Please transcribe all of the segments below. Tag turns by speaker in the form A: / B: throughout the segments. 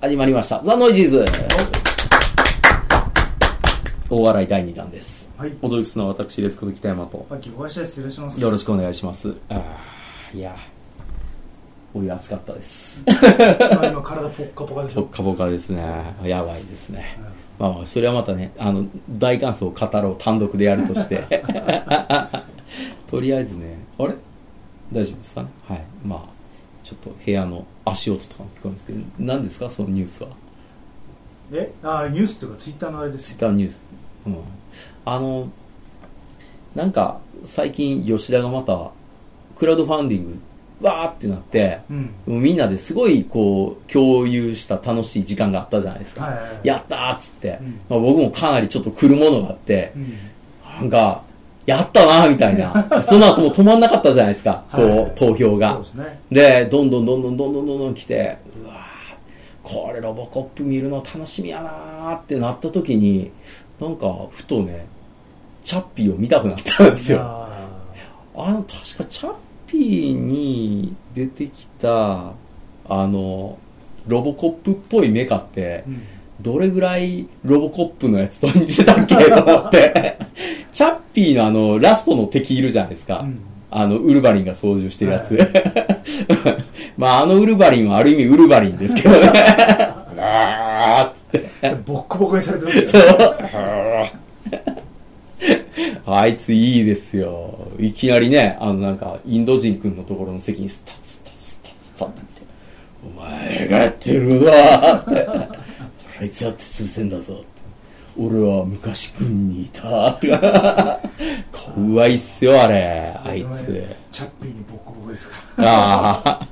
A: 始まりました。ザ・ノイジーズ大笑い第2弾です。
B: はい
A: お届けするのは私、レスこと北山と。
B: パッキーご挨拶です。よろしくお願いします。
A: よろしくお願いします。あーいや、お湯暑かったです。
B: あ今体ポッカポカでし
A: ぽっ
B: ょ。
A: かぽかですね。やばいですね。まあまあ、それはまたね、あの、大感想を語ろう、単独でやるとして。 とりあえずね、あれ大丈夫ですかねはい。まあ、ちょっと部屋の足音とかも聞こえますけど、何ですかそのニュースは。
B: えあー、ニュースというかツイッターのあれで
A: ツイ
B: す
A: ッ。ターニュース、うん、あのなんか最近吉田がまたクラウドファンディングわーってなって
B: うん。
A: もうみんなですごいこう共有した楽しい時間があったじゃないですか、
B: はいはいはい
A: やったーっつって、
B: うん
A: まあ、僕もかなりちょっと来るものがあって
B: う、ん。
A: なんかやったなーみたいなその後も止まんなかったじゃないですか、
B: はい
A: こう投票が
B: そうですね。
A: で、どんどんどんどんどんどんどんどん来て、うわーこれロボコップ見るの楽しみやなーってなった時に、なんか、ふとね、チャッピーを見たくなったんですよ。あの、確かチャッピーに出てきた、あの、ロボコップっぽいメカって
B: う、ん。
A: どれぐらいロボコップのやつと似てたっけと思 って、チャッピーのあの、ラストの敵いるじゃないですか。
B: うん
A: あの、ウルヴァリンが操縦してるやつ。 まあ、あのウルヴァリンはある意味ウルヴァリンですけど ね。あーっつって。
B: ボッコボコにされてますよ。
A: あいついいですよ。いきなりね、あのなんか、インド人君のところの席にスタスタスタスタってって、お前がやってることはって、あいつだって潰せんだぞって。俺は昔君にいたとか、怖いっすよ、あれ、 あいつ。
B: チャッピーにボッコボコですから。
A: ああ。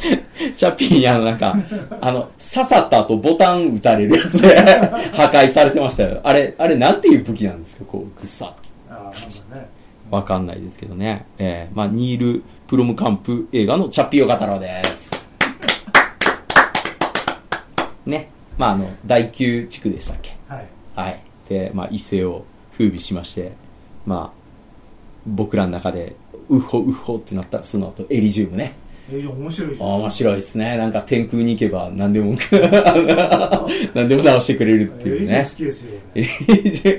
A: チャッピーにあのなんか、あの、刺さった後ボタン打たれるやつで破壊されてましたよ。あれ、あれなんていう武器なんですかこう、ぐさ。
B: あー、なんだね。
A: わかんないですけどね。えー、まあ、ニール・プロムカンプ映画のチャッピー岡太郎です。ね。まあ、あの、第9地区でしたっけ
B: はい。
A: はい。で、まあ、一世を風靡しまして、まあ、僕らの中で、ウッホウッホってなったら、その後、エリジウムね。
B: え、じゃあ面白いじゃん。
A: 面白いですね。なんか天空に行けば何でも、 何でも直してくれるっていう
B: えー
A: ね
B: 好。きですよ。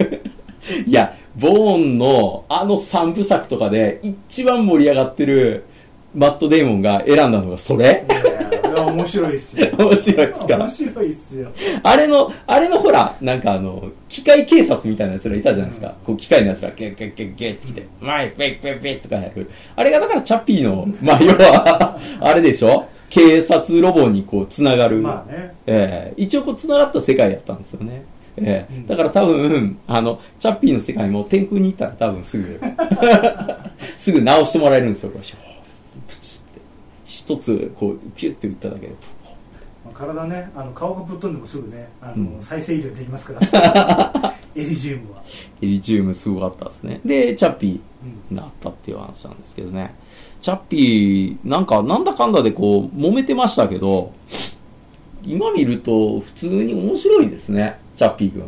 A: いや、ボーンのあの三部作とかで一番盛り上がってるマット・デイモンが選んだのがそれ
B: いやいや面白いっすよ。
A: 面白いっすか
B: 面白いっすよ。
A: あれの、あれのほら、なんかあの、機械警察みたいな奴らいたじゃないですか。こう機械の奴ら、ゲッゲッゲッゲッって来て、マイ、ペッペッペッとかやる。あれがだからチャッピー の、まあ要は、あれでしょ警察ロボにこう、つながる。
B: まあね。
A: ええ一応こう繋がった世界やったんですよね。ええ
B: うん
A: だから多分、あの、チャッピーの世界も天空に行ったら多分すぐ、 すぐ直してもらえるんですよ、こう、プチって。一つ、こう、キュッて打っただけで、
B: まあ体ね、あの顔がぶっ飛んでもすぐね、あ
A: うん
B: の再生医療できます から。エリジウムは。
A: エリジウムすごかったですね。で、チャッピ
B: う
A: ー
B: ん
A: になったっていう話なんですけどね。チャッピー、なんか、なんだかんだでこう、揉めてましたけど、今見ると普通に面白いですね、チャッピー君。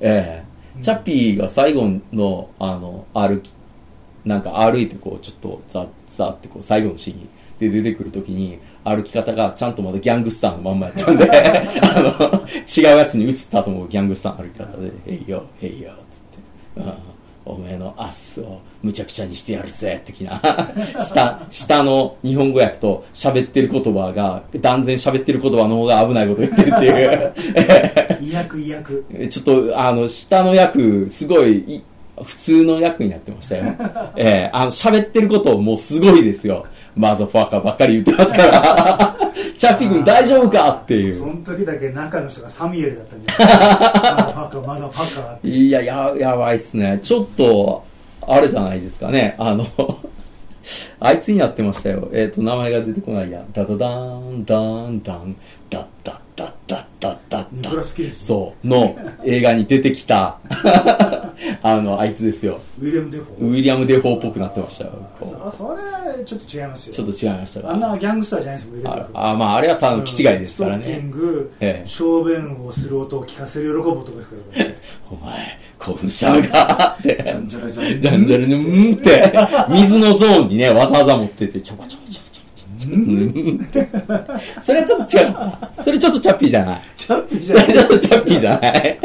A: ええ
B: うん
A: チャッピーが最後の、あの、歩き、なんか歩いてこう、ちょっとザッザッってこう、最後のシーンで出てくるときに、歩き方がちゃんとまだギャングスターのまんまやったんで、あの、違うやつに移った後もギャングスターの歩き方で、へいよ、へいよ、つって、うん、おめえのアスをむちゃくちゃにしてやるぜ、的な。 下、下の日本語訳と喋ってる言葉が、断然喋ってる言葉の方が危ないこと言ってるっていう。
B: 医薬医薬。
A: えちょっと、あの、下の役、すごいい、普通の役になってましたよ。 ええあの、喋ってることもうすごいですよ。マザファーカーばっかり言ってますから。 チャッピー君大丈夫かってい。
B: そうの時だけ中の人がサミュエルだったんじ ゃないまだパカまだパカって
A: いや、や、やばいっすね。ちょっと、あれじゃないですかね。あの、 あいつになってましたよ。えっ、と、名前が出てこないや。ダダダーン、ダーン、ダン、ダッダッダッダッダッダッ
B: ニ
A: ダ
B: コ
A: ッ
B: ラス・ケイジ
A: そう、の映画に出てきた、 あの、あいつですよ。
B: ウィリアム・デフォ
A: ウィリアム・デフォーっぽくなってましたよ。こう
B: ーそそれちょっと違いますよ
A: ちょっと違いました
B: あ
A: が。
B: んなギャングスターじゃないですもんウィリアム・デ
A: あ
B: フォー
A: あまあ、あれは多分、気違いですから
B: ストッキン
A: ね。
B: グ、
A: ええ
B: 小便をする音を聞かせる喜ぶ男ですからね
A: お前、興奮したのかって。
B: ジャンジャラジャン
A: じゃんじゃらに、うんって、水のゾーンにね、わざわざ持ってて、ちょばちょばちょばちょばちょば。それはちょっと違う。それちょっとチャッピーじゃない。
B: チャッピーじ
A: そ
B: ゃな
A: れ
B: い
A: ちょっとチャッピーじゃない。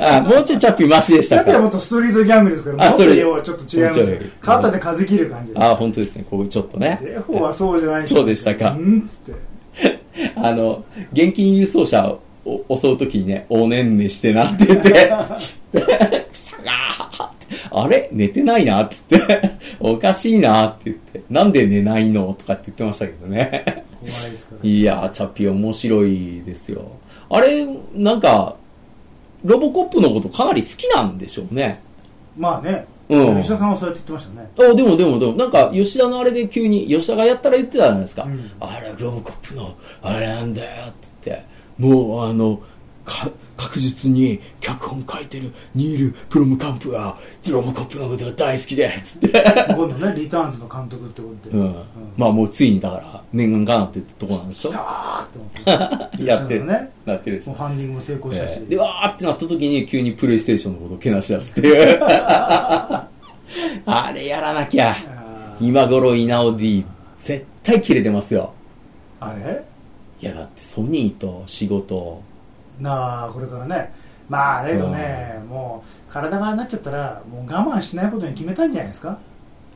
A: あ、もうちょいチャッピーマシでし
B: チャ
A: た
B: ッピーはも
A: か。
B: っとストリートギャングですから、
A: あ
B: もっ
A: そ
B: と
A: れ
B: 要はちょっと違いますよ
A: もうちょい。
B: 肩で風切る感じで。
A: あ、本当ですね。こうちょっとね。
B: レホはそうじゃないです
A: そうでしたか
B: うんっつって。
A: あの、現金輸送車を襲うときにね、おねんねしてなって言って、 さああれ寝てないなって言って、 おかしいなって言って、なんで寝ないのとかって言ってましたけどね。
B: 怖いですから。
A: いやー、チャッピー面白いですよ。あれ、なんか、ロボコップのことかなり好きなんでしょうね。
B: まあね、
A: うん
B: 吉田さんはそうやって言ってましたね。
A: あでもでもでも、なんか吉田のあれで急に、吉田がやったら言ってたじゃないですか。
B: うん
A: あれ、ロボコップの、あれなんだよって言って、もうあの、か確実に脚本書いてるニール・プロムカンプが、ロボコップのことが大好きで、つって。
B: 今度ね、リターンズの監督ってことで。
A: うん。まあもうついにだから、念願かなってとこなんでし
B: 来
A: ょ
B: たーって思って。吉田
A: や
B: さ
A: っ
B: ん
A: て
B: が
A: る、
B: ね。
A: なってるでし
B: もう
A: ょ。
B: ファンディングも成功したし
A: え。ーで、わーってなった時に急にプレイステーションのことをけなし出すって いう。あれやらなきゃ。
B: あー
A: 今頃稲尾 D 絶対切れてますよ
B: あれ
A: いやだってソニーと仕事
B: なあこれからねまあだけどね、もう体がなっちゃったらもう我慢しないことに決めたんじゃないですか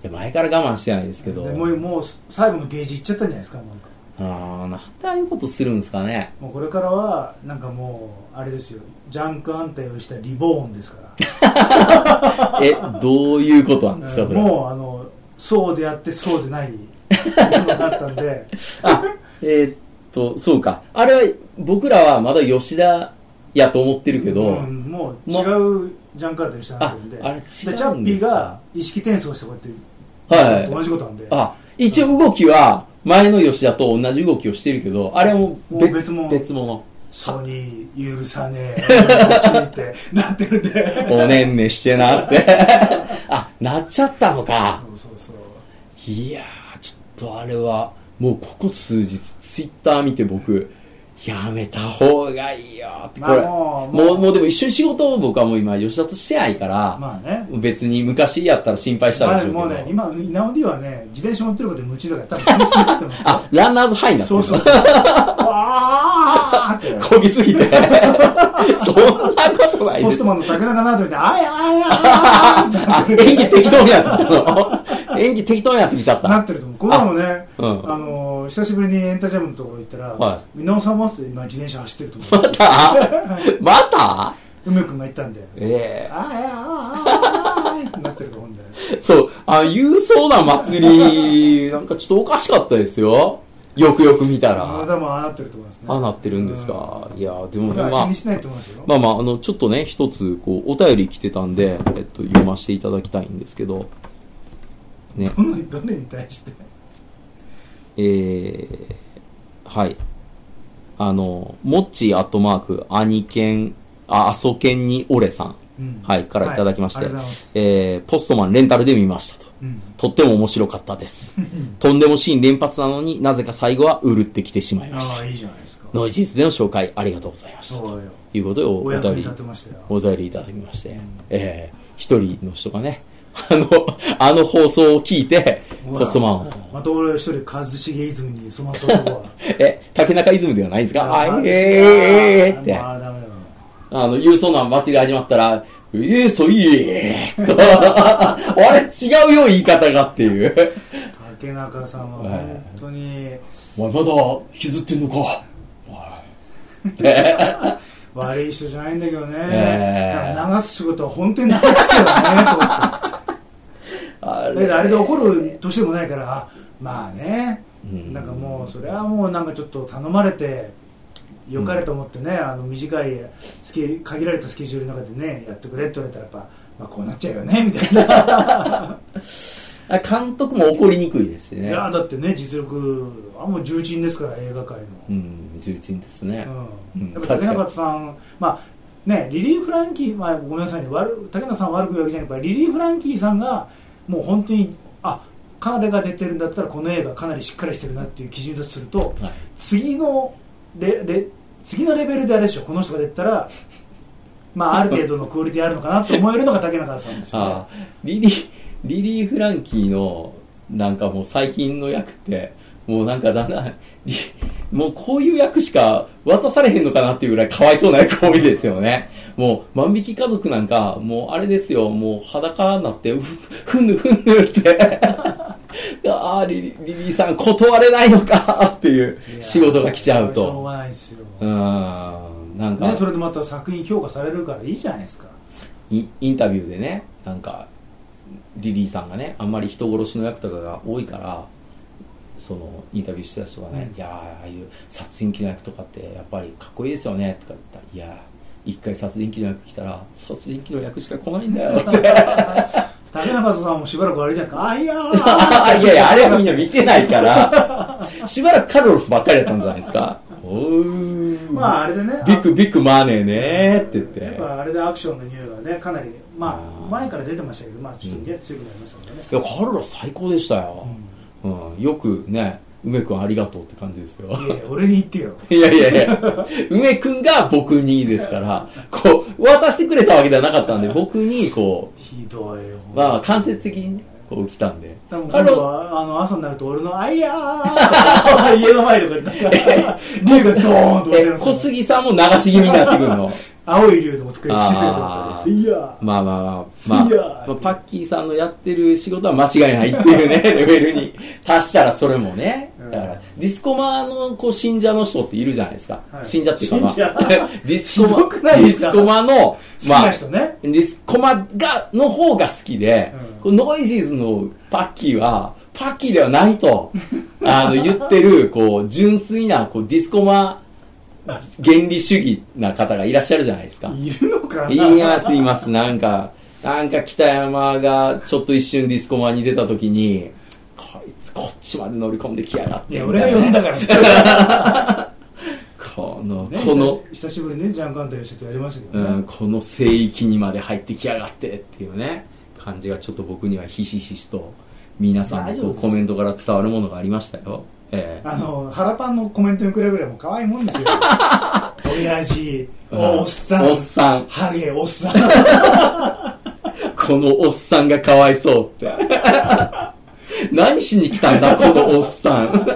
A: いや前から我慢してないですけ
B: で
A: ど
B: もうもう最後のゲージいっちゃったんじゃないですかもうなんか
A: あーなんでああいうことするんですかね
B: もうこれからはなんかもうあれですよジャンク安定をしたリボーンですから
A: えどういうことなんです かそれ
B: もうあのそうであってそうでな いものになったんで
A: あえーっとそうかあれは僕らはまだ吉田やと思ってるけど、
B: うんもう違
A: ま
B: うジャンク安定をしたなってるんで
A: ああれ違うんですか
B: チャッピーが意識転送してこうやって
A: はい
B: 同じことなんで
A: あ一応動きは前の吉田と同じ動きをしてるけどあれはもう別
B: もう別物
A: 別物
B: ソニー許さ ねえ、こっちにってなってるんで。
A: おねんねしてなって あなっちゃったのか
B: そうそうそう。
A: いやー、ちょっとあれは、もうここ数日、ツイッター見て僕、やめた方がいいよって、こ
B: まあ
A: れ、
B: もう
A: もう、もうでも一緒に仕事を僕はもう今、吉田としてないから、
B: まあね。
A: 別に昔やったら心配した
B: ま
A: ら
B: あ、
A: しょうけど、
B: もうね、今、稲尾 D はね、自転車乗ってることで夢中だから、多分気にしてなってますよ
A: あ、ランナーズハイになって
B: そう
A: る
B: そうそう。わーって。
A: こぎすぎ て。そんなことない
B: ポ
A: で
B: ス
A: す。
B: トマンの竹中直人みたいな、あいあいあいあ
A: あ、
B: い
A: 演技適当にやってきたの演技適当にやってきちゃっ
B: な
A: た。
B: ってると思う。この前もね、
A: う
B: あ,、
A: ん
B: のー久しぶりにエンタジャムのとこ行ったら、
A: は
B: 稲尾さんも今自転車走ってると
A: ま
B: 思う。
A: たまた
B: 梅君が言ったんで、
A: ええ
B: あいあいあいあいってなってると思うんだよ。
A: そう、あ、勇壮な祭 り、なんかちょっとおかしかったですよ。よくよく見たら。
B: 体もああなってると思いますね。
A: あ、なってるんです
B: う
A: か。いや、でも
B: ま
A: ね、
B: あ
A: まあ
B: 気に、しないと思いますよ。
A: まあまあ、あの、ちょっとね、一つ、こう、お便り来てたんで、えっと、読ませていただきたいんですけど、ね、
B: どのどれに対して。
A: えー、はい。あの、もっちアットマーク、アニケン、あ、アソケンにオレさん、
B: うん
A: はい、からいただきまして、
B: はいありがとうございます
A: えー、ポストマンレンタルで見ましたと。
B: うん。
A: とっても面白かった です。とんでもシーン連発なのになぜか最後はうるってきてしまいまし
B: あ
A: た
B: あ、。いいじゃないですか。
A: ノイジーズでの紹介ありがとうございました。
B: そ
A: と
B: うよ。
A: いうことでお、
B: お
A: お
B: 役に
A: 便り
B: 立、てましたよ。
A: お便りいただきまして、えー、一人の人がね、 あの、あの放送を聞いて、
B: ほ
A: コ
B: ら
A: ストマンを、
B: また俺一人、一茂イズムに染まったとこは。
A: え、竹中イズムではないんですかあ、えー、えー、えー、って
B: あ。あ、ダメだよ。
A: あの、郵送なん祭り始まったら、えー、そういえーっと、 あれ違うよ、言い方がっていう。
B: 竹中さんは本当に
A: お前まだ引きずってんのか。おいって
B: 悪い人じゃないんだけどね。
A: えー
B: なんか流す仕事は本当に流すよね、 と思って。
A: あ
B: だけ
A: れ
B: どあれで怒る年でもないからあまあね、
A: うん
B: なんかもうそれはもうなんかちょっと頼まれてよかれと思ってね、あの短いスケ限られたスケジュールの中でねやってくれって言われたらやっぱ、まあ、こうなっちゃうよねみたいな、
A: あ監督も怒りにくいですし
B: い
A: ね。
B: やだってね実力あもう重鎮ですから映画界の、
A: うん、重鎮ですね。
B: う
A: うん
B: ん、やっぱ
A: 確
B: 竹
A: かに
B: 中さんまあねリリー・フランキー、まあ、ごめんなさいね悪竹中さんは悪く言うわけじゃないからリリー・フランキーさんがもう本当にあ彼が出てるんだったらこの映画かなりしっかりしてるなっていう基準だとすると、
A: はい
B: 次のレレ次のレベルであれでしょこの人が出てたら、まあ、ある程度のクオリティあるのかなと思えるのが竹中さんですよね
A: あリリー、リリー・フランキーの、なんかもう最近の役って、もうなんかだんだん、りもうこういう役しか渡されへんのかなっていうぐらいかわいそうな役多いですよね。もう万引き家族なんか、もうあれですよ、もう裸になって、うふぬふぬって。 ああ、リリリリーさん断れないのかっていう仕事が来ちゃう
B: しょう
A: と。
B: がないですよ、
A: うーん、なんか
B: ね、、それでまた作品評価されるからいいじゃないですか
A: インインタビューでねなんかリリーさんがねあんまり人殺しの役とかが多いからそのインタビューしてた人がね「
B: うん
A: いやーああいう殺人鬼の役とかってやっぱりかっこいいですよね」とか言ったら「いやー一回殺人鬼の役来たら殺人鬼の役しか来ないんだよ」って
B: 竹中さんもしばらくあれじゃないですかあい や
A: あー
B: ー
A: いやいやあれはみんな見てないからしばらくカルロスばっかりだったんじゃないですかおー
B: まああれでね
A: ビッグビッグマーネーねーって言っ
B: やってぱあれでアクションの匂いがねかなりま
A: あー
B: あ前から出てましたけどまあちょっとね、強くなりましたからね
A: いやカルロス最高でしたよ、うん、よくね、梅くんありがとうって感じですよ。
B: いやいや俺に言ってよ
A: いやいやいや、梅くんが僕にですから、こう、渡してくれたわけではなかったんで、僕にこ
B: ひどいよ
A: う、まあ間接的にね、こう来たんで。
B: 多分
A: カ
B: 今
A: ル
B: 度
A: ロ
B: はあの朝になると俺の「あいやー」とか家の前とか言 ったら竜がドーンと
A: ス、
B: 割れ
A: え、
B: ます
A: 小杉さんも流し気味になってくるの。
B: 青い竜の机に引き
A: あー
B: ついてま
A: まあまあまあ、まあ
B: いや、
A: まあパッキーさんのやってる仕事は間違いないっていう ね、レベルに達したらそれもね。
B: うん
A: だから、ディスコマのこう信者の人っているじゃないですか。
B: はい
A: 信者っていうか、まあ、
B: 信者
A: ディスコ
B: ひどく
A: マ、
B: ない
A: ディ
B: ですか
A: スコマの、
B: 好きな人ね
A: ディスコマが、の方が好きで、
B: うん
A: こうノイジーズのパッキーは、パッキーではないと、あの、言ってる、こう、純粋な、こう、ディスコマ、原理主義な方がいらっしゃるじゃないですか。
B: いるのかない
A: ます、います。なんか、なんか北山がちょっと一瞬ディスコマに出た時に、こいつこっちまで乗り込んできやがって。
B: いや俺が呼ん だからね
A: この、
B: ね
A: この、
B: 久し久しぶりにねジャンカンタヨシとやりましたけ
A: う
B: どね、
A: ん、この聖域にまで入ってきやがってっていうね、感じがちょっと僕にはひしひしと、皆さん
B: 大
A: のこ
B: 丈夫
A: う
B: です
A: コメントから伝わるものがありましたよ。ええ
B: あの腹パンのコメントに比べればもう可愛いも んですよ親父
A: うん
B: おっさん
A: おっさん
B: ハゲおっさん
A: このおっさんがかわいそうって。 何しに来たんだ、このおっさん。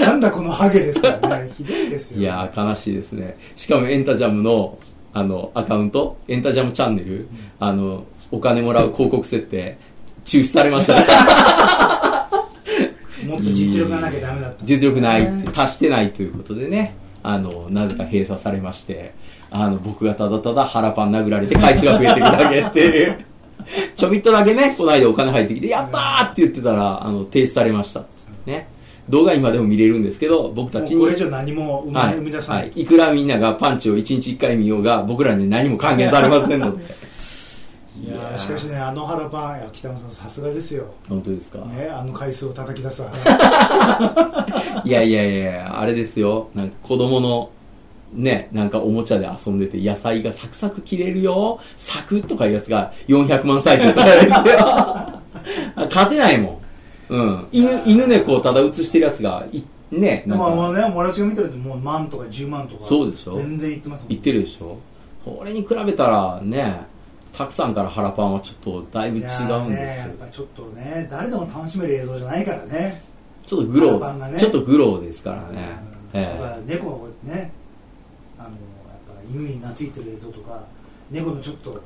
B: なんだこのハゲですからねひどいですよ
A: いやー、悲しいですね。しかもエンタジャムの、あの、アカウント、エンタジャムチャンネル、あの、お金もらう広告設定、中止されましたね。
B: もっと実力がなきゃダメだったんです
A: 実
B: よ
A: 力
B: ね、
A: ないって、達してないということでね、あの、なぜか閉鎖されまして、あの、僕がただただ腹パン殴られて回数が増えていくだけって いう。ちょびっとだけね、この間お金入ってきて、やったーって言ってたら、あの、停止されましたっつってね。動画今でも見れるんですけど、僕たちに。
B: もうこれ以上何も生ま
A: は
B: 生み出さない、
A: い、いくらみんながパンチを1日1回見ようが僕らに何も還元されません ので
B: いやーしかしねあの腹パンいや北山さんさすがですよ
A: 本当ですか、
B: ねあの回数を叩き出す腹
A: いやいやいやあれですよなんか子供のねなんかおもちゃで遊んでて野菜がサクサク切れるよサクッとかいうやつが400万サイズとか ですよあ勝てないもん、うん、犬犬猫をただ写してるやつがいねなん
B: まあま
A: か
B: あね友達が見てるともう万とか10万とか
A: そうでしょ
B: 全然言ってますもん
A: 言ってるでしょこれに比べたらねたくさんから腹パンはちょっとだいぶ違うんです
B: い
A: け
B: やー
A: ど
B: ねやっぱちょっとね誰でも楽しめる映像じゃないからね
A: ちょっとグロ
B: 腹パンが
A: ー、
B: ね
A: ちょっとグローですからね。
B: うんや
A: え
B: っぱ猫がこうやってねあのやっぱ犬に懐いてる映像とか猫のちょっと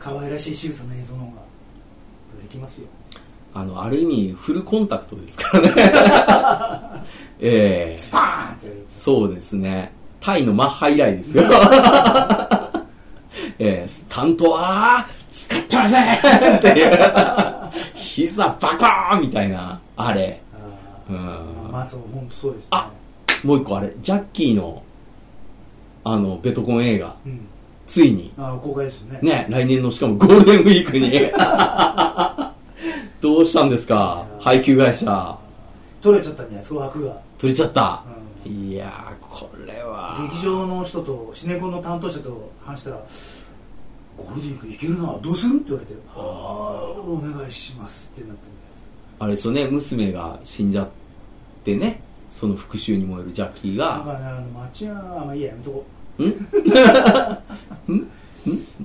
B: 可愛らしい仕草の映像の方ができますよ
A: えあの、ある意味、フルコンタクトですからね。 ええ
B: スパーンってやる
A: そうですね。タイのマッハ以来です よ。ええスタントは、使ってませんっていう。膝バカーンみたいな、あれ。
B: あ
A: う
B: ー
A: ん
B: まあそう本当そうですね
A: あもう一個あれ、ジャッキーの、あの、ベトコン映画、
B: うん
A: ついに、
B: あー公開ですよね
A: ね、来年のしかもゴールデンウィーク に。どうしたんですか配給会社。
B: 取れちゃったんじゃないですか枠が、
A: 取れちゃった。
B: う
A: いやー、これは。
B: 劇場の人とシネコンの担当者と話したら「ゴールデンウィーク行けるなどうする?」って言われて「ああお願いします」ってなったみたいです
A: あれですよね、娘が死んじゃってね、その復讐に燃えるジャッキー
B: なん
A: が、
B: かねあの町屋まあいいややめとこ
A: ん
B: う、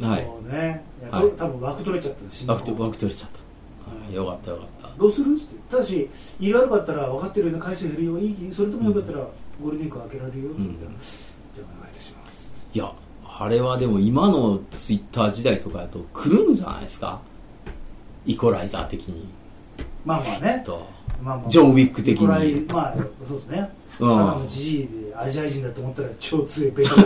A: はい。
B: もうね、いや
A: はい
B: 多分枠取れちゃったんですシネコン
A: 枠と枠取れちゃった。はいよかったよかった。
B: どうするってただし胃が悪かったら分かってるような回数減るよいいそれともよかったらゴールデンウィーク開けられるよって言ったら、
A: うん
B: じゃあお願いいたします
A: いやあれはでも今のツイッター時代とかだと狂うんじゃないですかイコライザー的に
B: まあまあね
A: と
B: まあまあ
A: ジョーウィック的
B: これ
A: に
B: まあそうですねた
A: うん
B: だのじじいでアジア人だと思ったら超強いベトナ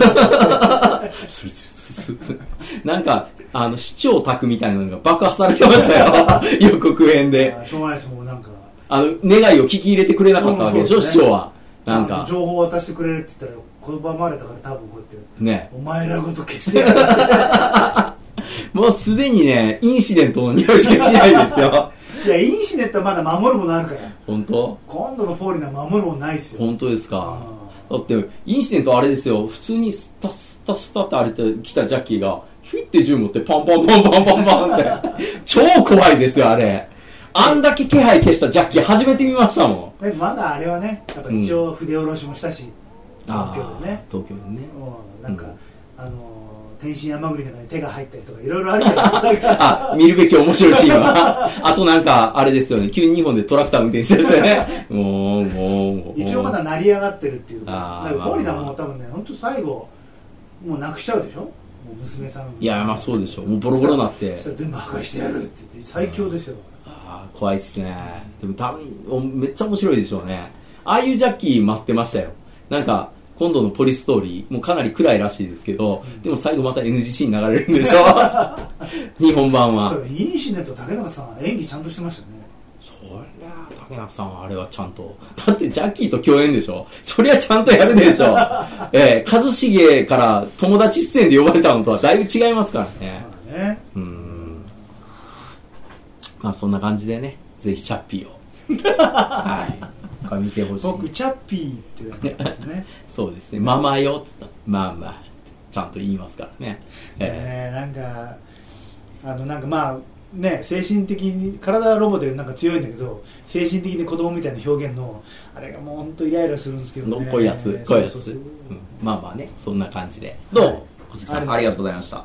B: ム
A: スルスルスルスル なんかあの市長宅みたいなのが爆破されてま したよ予告編 で
B: しょうがないですもうなんか
A: あの願いを聞き入れてくれなかったわけでしょ、
B: うんそ
A: 市
B: うですね
A: 長はなん
B: ちゃん
A: か
B: と情報渡してくれるって言ったら言葉まれたから多分こうやって
A: ね
B: お前らごと消してやるって
A: もうすでにねインシデントの匂いしかしないですよ
B: いやインシデントはまだ守るものあるから
A: 本当
B: 今度のフォーリナは守るもんないですよ
A: 本当ですか
B: あ
A: だってインシデントあれですよ普通にスタスタスタってあれて来たジャッキーがヒュッて銃持ってパンパンパンパンパンパンって 超怖いですよあれあんだけ気配消したジャッキー初めて見ましたもん
B: でまだあれはねやっぱ一応筆下ろしもしたし、東京でね
A: あー東京でね
B: もうなんか、
A: うん
B: あのー天津山栗の中に手が入ったりとかいろいろあるじゃないですか
A: あ見るべき面白いシーンは あとなんかあれですよね急に日本でトラクター運転してましたよね もうもうもう
B: 一応まだ成り上がってるっていうところ
A: あー
B: だからフォーリナ
A: まあま
B: も
A: あ
B: 多分ね本当最後もうなくしちゃうでしょもう娘さん
A: いやまあそうでしょもうボロボロなって
B: そしたら全部破壊してやるって言って最強ですよ、
A: ああ怖いっすねでも多分おめっちゃ面白いでしょうねああいうジャッキー待ってましたよなんか今度のポリストーリーもうかなり暗いらしいですけど、でも最後また NGC に流れるんでしょ日本版は
B: そうインシデント竹中さん演技ちゃんとしてましたね
A: そりゃ竹中さんはあれはちゃんとだってジャッキーと共演でしょそりゃちゃんとやるでし ょええ一茂から友達出演で呼ばれたのとはだいぶ違いますからね
B: まあね
A: うーんまあそんな感じでね、ぜひチャッピーを。 はい。これ見てほしい。
B: 僕チャッピーって言われてますね
A: そうですね。ママよっつったら。ママってちゃんと言いますからね。 え
B: ねなんかあのなんかまあね精神的に体はロボでなんか強いんだけど精神的に子供みたいな表現のあれがもう本当イライラするんですけ
A: え
B: どね
A: のこういうやつ、こういうやつ。
B: そうそうそう
A: うんまあまあね、そんな感じで。どうも、
B: はい
A: 小杉さん、ありがとうございました。